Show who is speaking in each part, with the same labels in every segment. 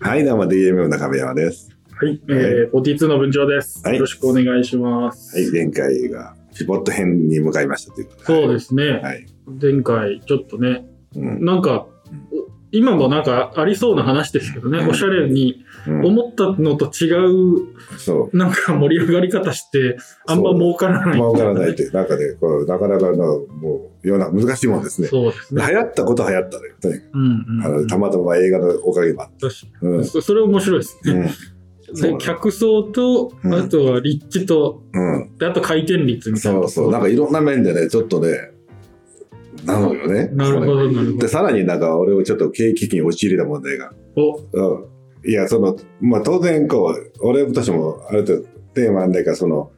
Speaker 1: はい、どうも DMO 中部山です。
Speaker 2: はい、えー、42の文鳥です、
Speaker 1: はい
Speaker 2: よろしくお願いします。
Speaker 1: はい、前回がピボット編に向かいましたということ
Speaker 2: そうですね、
Speaker 1: はい。
Speaker 2: 前回ちょっとね、
Speaker 1: うん。
Speaker 2: なんか、お今もなんかありそうな話ですけどね、おしゃれに
Speaker 1: うん、
Speaker 2: 思ったのと違う、
Speaker 1: そう。
Speaker 2: なんか盛り上がり方して、あんま儲からない。
Speaker 1: 儲からないという、なんかね、こうなかなかの、もう、ような難しいもんですね。
Speaker 2: そうです
Speaker 1: 流
Speaker 2: ね。
Speaker 1: 行ったことは流行ったのよ。とにかく
Speaker 2: うんうん、
Speaker 1: あのた
Speaker 2: ま
Speaker 1: またま映画のおかげば。うん。うん。
Speaker 2: そそれ面白いですね。
Speaker 1: そう
Speaker 2: で客層と、
Speaker 1: うん
Speaker 2: あとは立地と、
Speaker 1: うん。
Speaker 2: であと回転率みたい
Speaker 1: そ
Speaker 2: なところ。
Speaker 1: うそう。なんかいろんな面でね、ちょっとね、なのよね。
Speaker 2: なるほど、なるほ
Speaker 1: で、さらになんか俺をちょっと経営危機に陥れた問題が。
Speaker 2: ど。お
Speaker 1: うんいや、その、まあ、当然、こう、俺たちも、ある程度、テーマなんだから、その、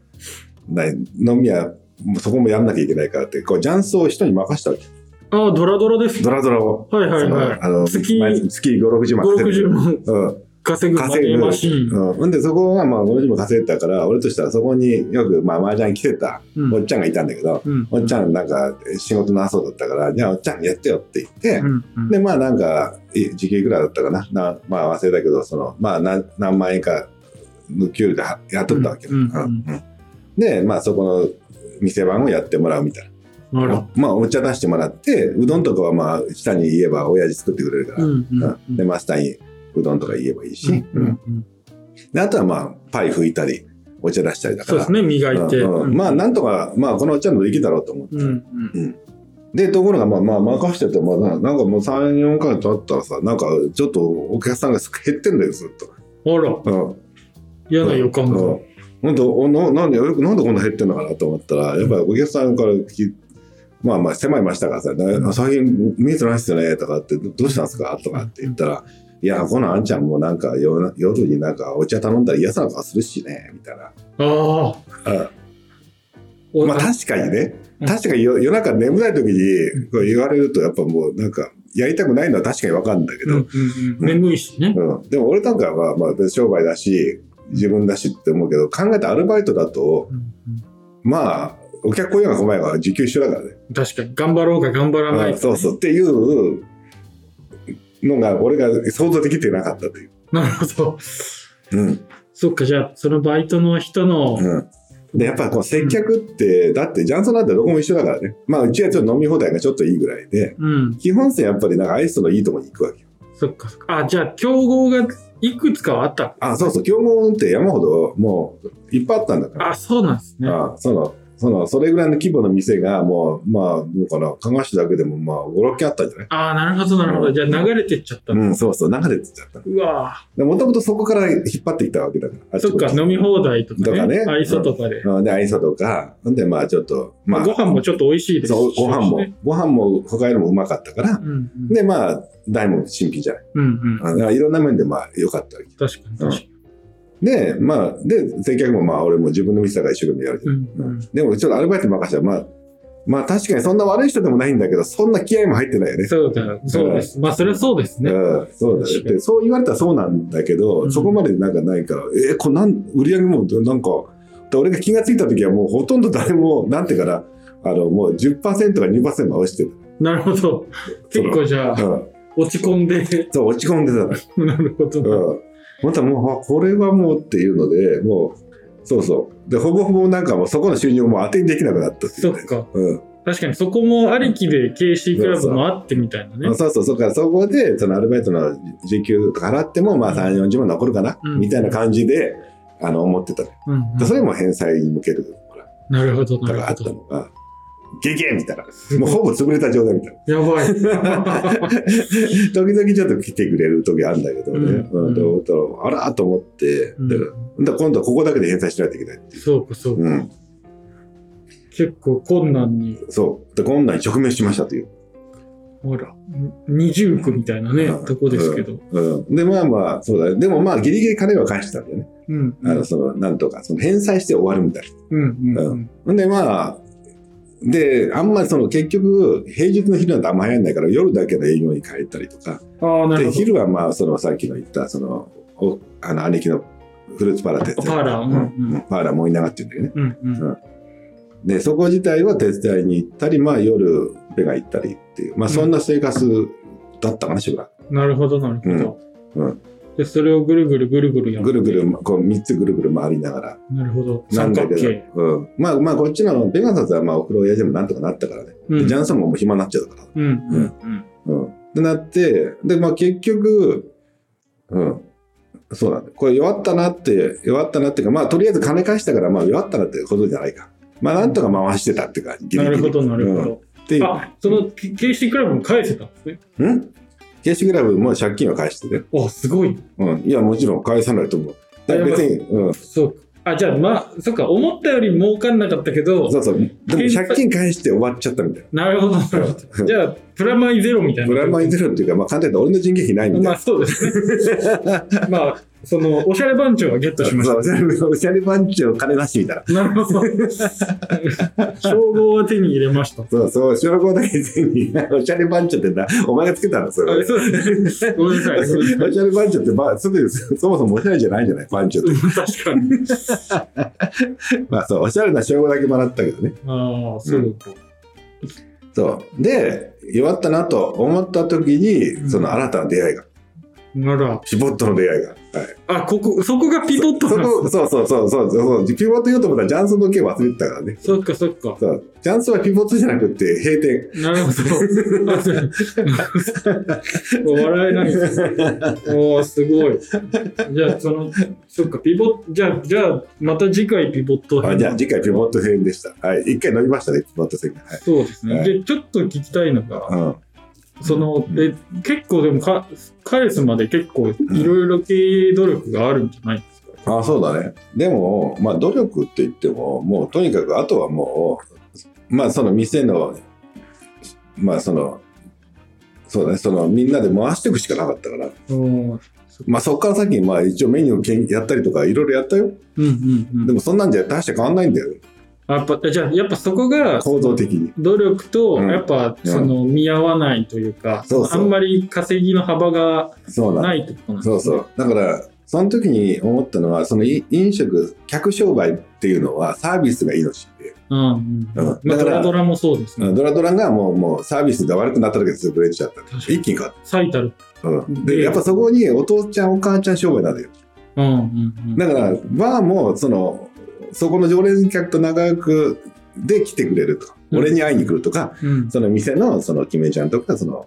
Speaker 1: ない飲み屋、そこもやんなきゃいけないからって、こう、雀荘を人に任したわけ
Speaker 2: あー、ドラドラです。
Speaker 1: ドラドラを。
Speaker 2: はいはいはい
Speaker 1: そのあの
Speaker 2: 月
Speaker 1: 毎月5、60万
Speaker 2: 5、60万
Speaker 1: うん。
Speaker 2: 稼ぐマネーマシーン。
Speaker 1: うん。ほんで、そこが、まあ、俺にも稼いでたから、俺としてはそこによく、まあ、麻雀来てた、
Speaker 2: うん
Speaker 1: おっちゃんがいたんだけど、
Speaker 2: うん
Speaker 1: おっちゃん、なんか、仕事なさそうだったから、じゃあ、おっちゃんやってよって言って、
Speaker 2: うんうん
Speaker 1: でまあなんかい時給いくらだったかななまあ忘れたけどそのまあ何何万円かの給料ではやっとったわけ、
Speaker 2: うんうんうん
Speaker 1: うんでまあそこの店番をやってもらうみたい
Speaker 2: あ
Speaker 1: な
Speaker 2: ら。
Speaker 1: まあお茶出してもらってうどんとかはまあ下に言えば親父作ってくれるから、
Speaker 2: うんうん
Speaker 1: うんでマスターにうどんとか言えばいいし、
Speaker 2: うん
Speaker 1: うん
Speaker 2: うん
Speaker 1: であとはまあパイ拭いたりお茶出したりだか
Speaker 2: そう
Speaker 1: ら
Speaker 2: ですね、磨いて。
Speaker 1: うんうんまあなんとかまあこのお茶のできだろうと思って、
Speaker 2: うんうん
Speaker 1: で、ところが、まあまあ、任してても、まあなんかもう3、4回経ったらさ、なんかちょっとお客さんが減ってんだよ、ずっと。
Speaker 2: あら、
Speaker 1: うん。
Speaker 2: 嫌な予感が。
Speaker 1: うんほんと、おななんで、よくなんでこんな減ってんのかなと思ったら、やっぱりお客さんから聞き、まあまあ、狭いましたからさ、な最近見えてないっすよね、とかって、どどうしたんですかとかって言ったら、いや、このあんちゃんもなんか夜夜になんかお茶頼んだら嫌さな顔するしね、みたいな。
Speaker 2: ああ。
Speaker 1: う
Speaker 2: お
Speaker 1: んまあ確かにね
Speaker 2: う、ん
Speaker 1: 確かに夜夜中眠たい時にこう言われると、やっぱもうなんか、やりたくないのは確かにわかるんだけ
Speaker 2: うん
Speaker 1: ど、
Speaker 2: うんうん眠いしね。
Speaker 1: うん、でも俺なんかはまあ別に商売だし自分だしって思うけど考えたアルバイトだと
Speaker 2: うん
Speaker 1: まあお客来ようが来まいが時給一緒だからね、
Speaker 2: うん確かに、頑張ろうが頑張ら
Speaker 1: う
Speaker 2: な
Speaker 1: ん
Speaker 2: いか。
Speaker 1: そうそうっていうのが俺が想像できてなかったという。
Speaker 2: なるほど。
Speaker 1: うん
Speaker 2: そっか、じゃあ、そのバイトの人の、
Speaker 1: うんでやっぱこう接客って、だってジャンソンなんてどこも一緒だからねまあうちはちょっと飲み放題がちょっといいぐらいで
Speaker 2: うん、
Speaker 1: 基本線やっぱりなんかアイスのいいとこに行くわけよ
Speaker 2: そっかそっか。あ、じゃあ、競合がいくつかはあった。
Speaker 1: あそうそう競合って山ほどもういっぱいあったんだから
Speaker 2: あ、そうなんですね。
Speaker 1: あそのそのそれぐらいの規模の店がもうまあどうかな加賀市だけでもまあ56軒あったんじゃない
Speaker 2: ああ、なるほど、なるほ
Speaker 1: う
Speaker 2: ど。
Speaker 1: ん
Speaker 2: じゃあ、流れてっちゃった。
Speaker 1: うん、そうそう、流れてっちゃった
Speaker 2: うわぁ。
Speaker 1: の。もともとそこから引っ張ってきたわけだから。
Speaker 2: そっか、
Speaker 1: あちこち
Speaker 2: 飲み放題と
Speaker 1: と
Speaker 2: か
Speaker 1: かね
Speaker 2: ね、愛想とかで。
Speaker 1: うんで、愛想とか、ほんで、まあ、ちょっと、まあ、
Speaker 2: ご飯もちょっと美味しいですし
Speaker 1: そう、ご飯も、ご飯も、他よりもうまかったから
Speaker 2: う、んうん
Speaker 1: で、まあ、大も新品じゃない。
Speaker 2: うんうん。
Speaker 1: あだからいろんな面で、まあ、良かったわけ。
Speaker 2: 確かに確かに。
Speaker 1: で、まあ、で、接客も、まあ、俺も自分の店だから一生懸命やるじゃん
Speaker 2: うん
Speaker 1: う
Speaker 2: うんん
Speaker 1: でもちょっとアルバイトに任せたら、まあ、まあ確かにそんな悪い人でもないんだけど、そんな気合も入ってないよね。
Speaker 2: そうだ、そうです。まあ、それはそうですね。
Speaker 1: うん、そうだよ
Speaker 2: 確かに
Speaker 1: でそう言われたらそうなんだけど、
Speaker 2: うん
Speaker 1: そこまでなんかないから、えーこれなん売り上げもなんか、で俺が気がついた時はもうほとんど誰も、なんていうかな、あのもう10%か20%も落ちてる。
Speaker 2: なるほど。
Speaker 1: そ
Speaker 2: 結
Speaker 1: の
Speaker 2: 構じゃあ、
Speaker 1: うん、
Speaker 2: 落ち込んで、
Speaker 1: そう落ち込んでたのよ。
Speaker 2: なるほど。
Speaker 1: うん、またもうあこれはもうっていうので、もうそうそう。でほぼほぼなんかもうそこの収入をもう当てにできなくなったってい、
Speaker 2: そうっ
Speaker 1: ね。
Speaker 2: か。
Speaker 1: うん
Speaker 2: 確かにそこもありきで KC クラブもあってみたいなね
Speaker 1: あ。そうそうそうかそこでそのアルバイトの時給とか払ってもまあ3 4 0万残るかな、
Speaker 2: うん
Speaker 1: みたいな感じであの思ってたの、
Speaker 2: うんうん
Speaker 1: でそれも返済に向けるほら
Speaker 2: なるほど、
Speaker 1: だ
Speaker 2: な
Speaker 1: か
Speaker 2: る
Speaker 1: らあ
Speaker 2: ほ
Speaker 1: った
Speaker 2: ど。
Speaker 1: のが「ゲゲ!」みたいなもうほぼ潰れた状態みたいな
Speaker 2: や ばい。
Speaker 1: 時々ちょっと来てくれる時あるんだけどね、
Speaker 2: うん
Speaker 1: うんで思ったらあらーと思って、
Speaker 2: うん
Speaker 1: だからだから今度はここだけで返済しないといけない、
Speaker 2: そうか、そうか。
Speaker 1: うん、
Speaker 2: 結構困難に、
Speaker 1: そうでこんなんに直面しましたという、
Speaker 2: ほら、二重苦みたいなね
Speaker 1: うん、
Speaker 2: とこですけど。
Speaker 1: うん、でまあまあそうだねでもまあギリギリ金は返してたんだよね、
Speaker 2: うん。う
Speaker 1: あ
Speaker 2: ん
Speaker 1: のそのなんとかその返済して終わるみたいな
Speaker 2: うん
Speaker 1: う
Speaker 2: うんん。
Speaker 1: ほんでまあであんまりその結局平日の昼なんてあんま流行んないから夜だけの営業に変えたりとか
Speaker 2: ああ、な
Speaker 1: で
Speaker 2: るほど。
Speaker 1: 昼はまあそのさっきの言ったそのおあの兄貴のフルーツパーラー手伝い
Speaker 2: パーラー
Speaker 1: う
Speaker 2: うんんうん
Speaker 1: うんパーラーもいながって言うんだけどね
Speaker 2: うんうん。
Speaker 1: でそこ自体は手伝いに行ったりまあ夜ベガ行ったりっていうまあそんな生活だったかなしばらく
Speaker 2: なるほど、なるほど。
Speaker 1: うん
Speaker 2: で、それをぐるぐるぐるぐるや
Speaker 1: ぐるぐる、こう3つぐるぐる回りながら。
Speaker 2: なるほど。
Speaker 1: なん
Speaker 2: 三
Speaker 1: だ
Speaker 2: 角
Speaker 1: けど
Speaker 2: 形。、
Speaker 1: うん。まあまあ、こっちのペガサスはまあ、お風呂親父もなんとかなったからね。
Speaker 2: うん。
Speaker 1: ジャンさんももう暇になっちゃうから。
Speaker 2: うん。うん。う
Speaker 1: うん。
Speaker 2: ん。
Speaker 1: ってなって、で、まあ結局、うん。そうなんだ。これ弱ったなって、弱ったなっていうか、まあとりあえず金返したから、まあ弱ったなってことじゃないか。まあなんとか回してたって感じ。ギリ
Speaker 2: な
Speaker 1: ギリ
Speaker 2: るほど、なるほ
Speaker 1: うんっ
Speaker 2: ど。
Speaker 1: ていう。
Speaker 2: あ、その、け KC クラブも返せたんですね。
Speaker 1: んケーシグラブも借金は返してね。
Speaker 2: あ、すごい。
Speaker 1: うん。いや、もちろん返さないと思う。だから別に、うん。
Speaker 2: そうか。あ、じゃあ、まあ、そっか、思ったより儲かんなかったけど、
Speaker 1: そうそう。でも借金返して終わっちゃったみたいな。
Speaker 2: なるほど、なるほど。じゃあ、プラマイゼロみたいな。
Speaker 1: プラマイゼロっていうか、まあ簡単に言うと俺の人件費ないみたいな
Speaker 2: まあ、。そ うですね。まあ、その、おしゃれ番長はゲットしまし
Speaker 1: そう、おしゃれ、おしゃれ番長金出してみたら。
Speaker 2: た。なる ほど。称号は手に入れました。
Speaker 1: そうそう、小学校大生に、 おしゃれ番長ってな、お前がつけたの、それ。
Speaker 2: あそうですね。ごめんなさい。そうですね
Speaker 1: おしゃれ番長って、まあ、すぐ、そもそもおしゃれじゃないんじゃない番長って。
Speaker 2: 確かに。
Speaker 1: まあそう、おしゃれな称号だけもらったけどね。
Speaker 2: ああ、そうか。
Speaker 1: そう。で、弱ったなと思った時に、その新たな出会いが、
Speaker 2: なら、
Speaker 1: ピボットの出会いが。はい。
Speaker 2: あ、ここ、そこがピボット
Speaker 1: そ
Speaker 2: なんです
Speaker 1: こ、そうそうそうそうそう、ピボット言おうと思ったら、ジャンソンの件忘れてたからね。
Speaker 2: そっかそっか。
Speaker 1: そう。ジャンソンはピボットじゃなくて、閉店。
Speaker 2: なるほど。あそうもう笑えないです。おおすごい。じゃあ、その、そっか、ピボット、じゃあ、じゃあ、また次回ピボット
Speaker 1: あじゃあ次回ピボット編でした。はい。一回乗りましたね、ピボット編。はい。
Speaker 2: そうですね。
Speaker 1: はい
Speaker 2: で、ちょっと聞きたいのが、
Speaker 1: うん。
Speaker 2: その、
Speaker 1: うん
Speaker 2: え結構でもか、返すまで結構いろいろ経営努力があるんじゃないですか。
Speaker 1: あそうだね。でも、まあ努力って言っても、もうとにかくあとはもう、まあその店の、まあその、そうだね、そのみんなで回していくしかなかったから、
Speaker 2: うん、うん
Speaker 1: まあそこから先、まあ一応メニューをけんやったりとかいろいろやったよ。
Speaker 2: うんう
Speaker 1: で
Speaker 2: ん。
Speaker 1: もそんなんじゃ大して変わんないんだよ、
Speaker 2: やっぱ、じゃあ、やっぱそこが、
Speaker 1: 構造的に。
Speaker 2: 努力と、
Speaker 1: うん
Speaker 2: やっぱ、その、見合わないというか、
Speaker 1: そうそう
Speaker 2: あんまり稼ぎの幅が
Speaker 1: そうなんだ
Speaker 2: ないってことなんですね
Speaker 1: そうそう。だから、その時に思ったのは、そのい飲食、客商売っていうのはサービスが命で、
Speaker 2: うんうん
Speaker 1: うん
Speaker 2: まあ、
Speaker 1: だから
Speaker 2: ドラドラもそうですね。
Speaker 1: ドラドラがもうもうサービスが悪くなっただけで潰れちゃった
Speaker 2: 確か。に
Speaker 1: 一気に変わっ
Speaker 2: 最たる。
Speaker 1: た。うん、
Speaker 2: うん
Speaker 1: で、やっぱそこにお父ちゃんお母ちゃん商売なんだよ。
Speaker 2: うんうんうん。
Speaker 1: だから、バーも、その、そこの常連客と仲良くで来てくれると。
Speaker 2: うん
Speaker 1: 俺に会いに来るとか、
Speaker 2: うん、
Speaker 1: その店の、その、キメちゃんとか、その、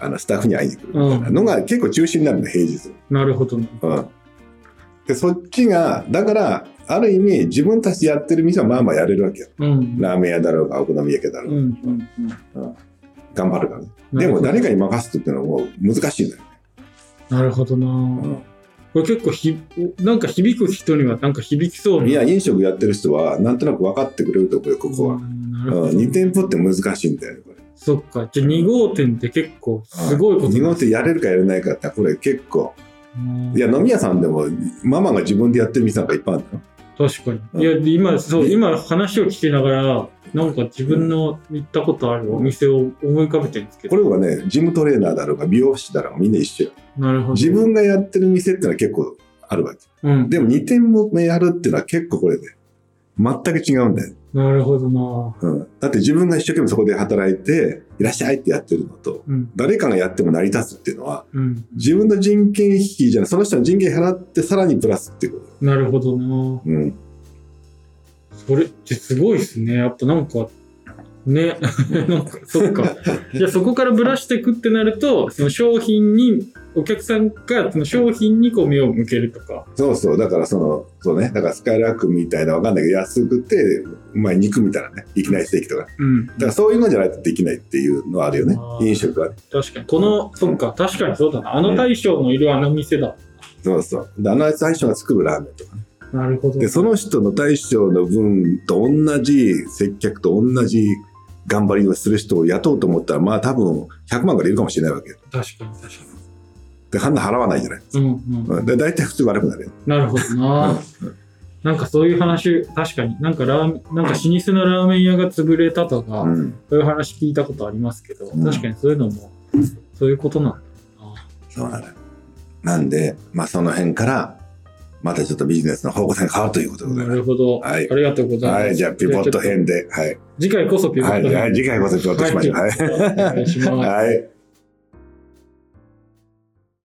Speaker 1: あの、スタッフに会いに来るみたいなのが結構中心になるんだ、平日。
Speaker 2: なるほど。
Speaker 1: うん。で、そっちが、だから、ある意味、自分たちやってる店はまあまあやれるわけよ。
Speaker 2: うん。
Speaker 1: ラーメン屋だろうが、お好み焼きだ
Speaker 2: う
Speaker 1: ろ
Speaker 2: ん
Speaker 1: う
Speaker 2: う
Speaker 1: が、
Speaker 2: ん
Speaker 1: 頑張るからね。
Speaker 2: うん、
Speaker 1: でも誰
Speaker 2: が
Speaker 1: かに任すっていうのはもう難しいんだよ。
Speaker 2: なるほどな、これ結構ひ、なんか響く人にはなんか響きそうな。
Speaker 1: いや、飲食やってる人はなんとなく分かってくれると思うよ、ここ
Speaker 2: う
Speaker 1: は。
Speaker 2: んなるほ
Speaker 1: う
Speaker 2: ど
Speaker 1: ん、2店舗って難しいんだよね、これ。
Speaker 2: そっか。じゃあ2号店って結構 すごいこと。
Speaker 1: 日本ってやれるかやれないかって、これ結構。
Speaker 2: うん
Speaker 1: いや、飲み屋さんでも、ママが自分でやってる店なんかいっぱいあるのよ。
Speaker 2: 確かに。
Speaker 1: うん
Speaker 2: いや、今、そう、
Speaker 1: ね
Speaker 2: 今話を聞きながら、なんか自分の行ったことあるお店を思い浮かべてるんですけ
Speaker 1: こ
Speaker 2: ど。
Speaker 1: れはね、ジムトレーナーだろうが、美容師だろうが、みんな一緒よ。
Speaker 2: なるほど。
Speaker 1: 自、分がやってる店ってのは結構あるわけ。
Speaker 2: うん、
Speaker 1: でも2店舗目やるっていうのは結構これね、全く違うんだよ。
Speaker 2: なるほどな
Speaker 1: うん。だって自分が一生懸命そこで働いて、いらっしゃいってやってるのと、
Speaker 2: うん。
Speaker 1: 誰かがやっても成り立つっていうのは、
Speaker 2: うん。
Speaker 1: 自分の人件費じゃない、その人の人件費払ってさらにプラスっていうこと。
Speaker 2: なるほどな
Speaker 1: うん。
Speaker 2: それってすごいですね。やっぱなんか、ね、 なんか、そっか。じゃあそこからぶらしていくってなると、その商品に、お客さんがその商品にこう目を向けるとか。
Speaker 1: そうそう。だからその、そうね。だからスカイラークみたいなわかんないけど、安くて、うまい肉みたいなね。いきなりステーキとか。だ
Speaker 2: うん。
Speaker 1: からそういうのじゃないとできないっていうのはあるよね
Speaker 2: あ。ー
Speaker 1: 飲食はね。
Speaker 2: 確かに。この、そっか、確かにそうだな。あの大将のいるあの店だ。
Speaker 1: そうそう。であの最初が作るラーメンとか。
Speaker 2: なるほど。
Speaker 1: で、その人の大将の分と同じ接客と同じ頑張りをする人を雇おうと思ったら、まあ多分100万からいるかもしれないわけよ。
Speaker 2: 確かに確か
Speaker 1: で、判断払わないじゃない。
Speaker 2: に。うんうん。
Speaker 1: うんで、大体普通悪くなるよ。
Speaker 2: なるほど
Speaker 1: う
Speaker 2: な、なんかそういう話、確かに。なんかラーメン、なんか老舗のラーメン屋が潰れたとか、
Speaker 1: うん。
Speaker 2: そういう話聞いたことありますけど、
Speaker 1: うん
Speaker 2: 確かにそういうのも、そういうことなんだな。
Speaker 1: そうなのよなんで、まあ、その辺から、またちょっとビジネスの方向性が変わるということでござ
Speaker 2: ない
Speaker 1: ま
Speaker 2: るほど、
Speaker 1: はい
Speaker 2: ありがとうございます。
Speaker 1: す。はい、じゃあ、ピボット
Speaker 2: じゃあちょっ
Speaker 1: 編で、はい。
Speaker 2: と。次回こそピボ
Speaker 1: は
Speaker 2: ット
Speaker 1: い、
Speaker 2: 編。
Speaker 1: はい、次回こそピボットしましょう。はい。
Speaker 2: はいお願いします。
Speaker 1: はい。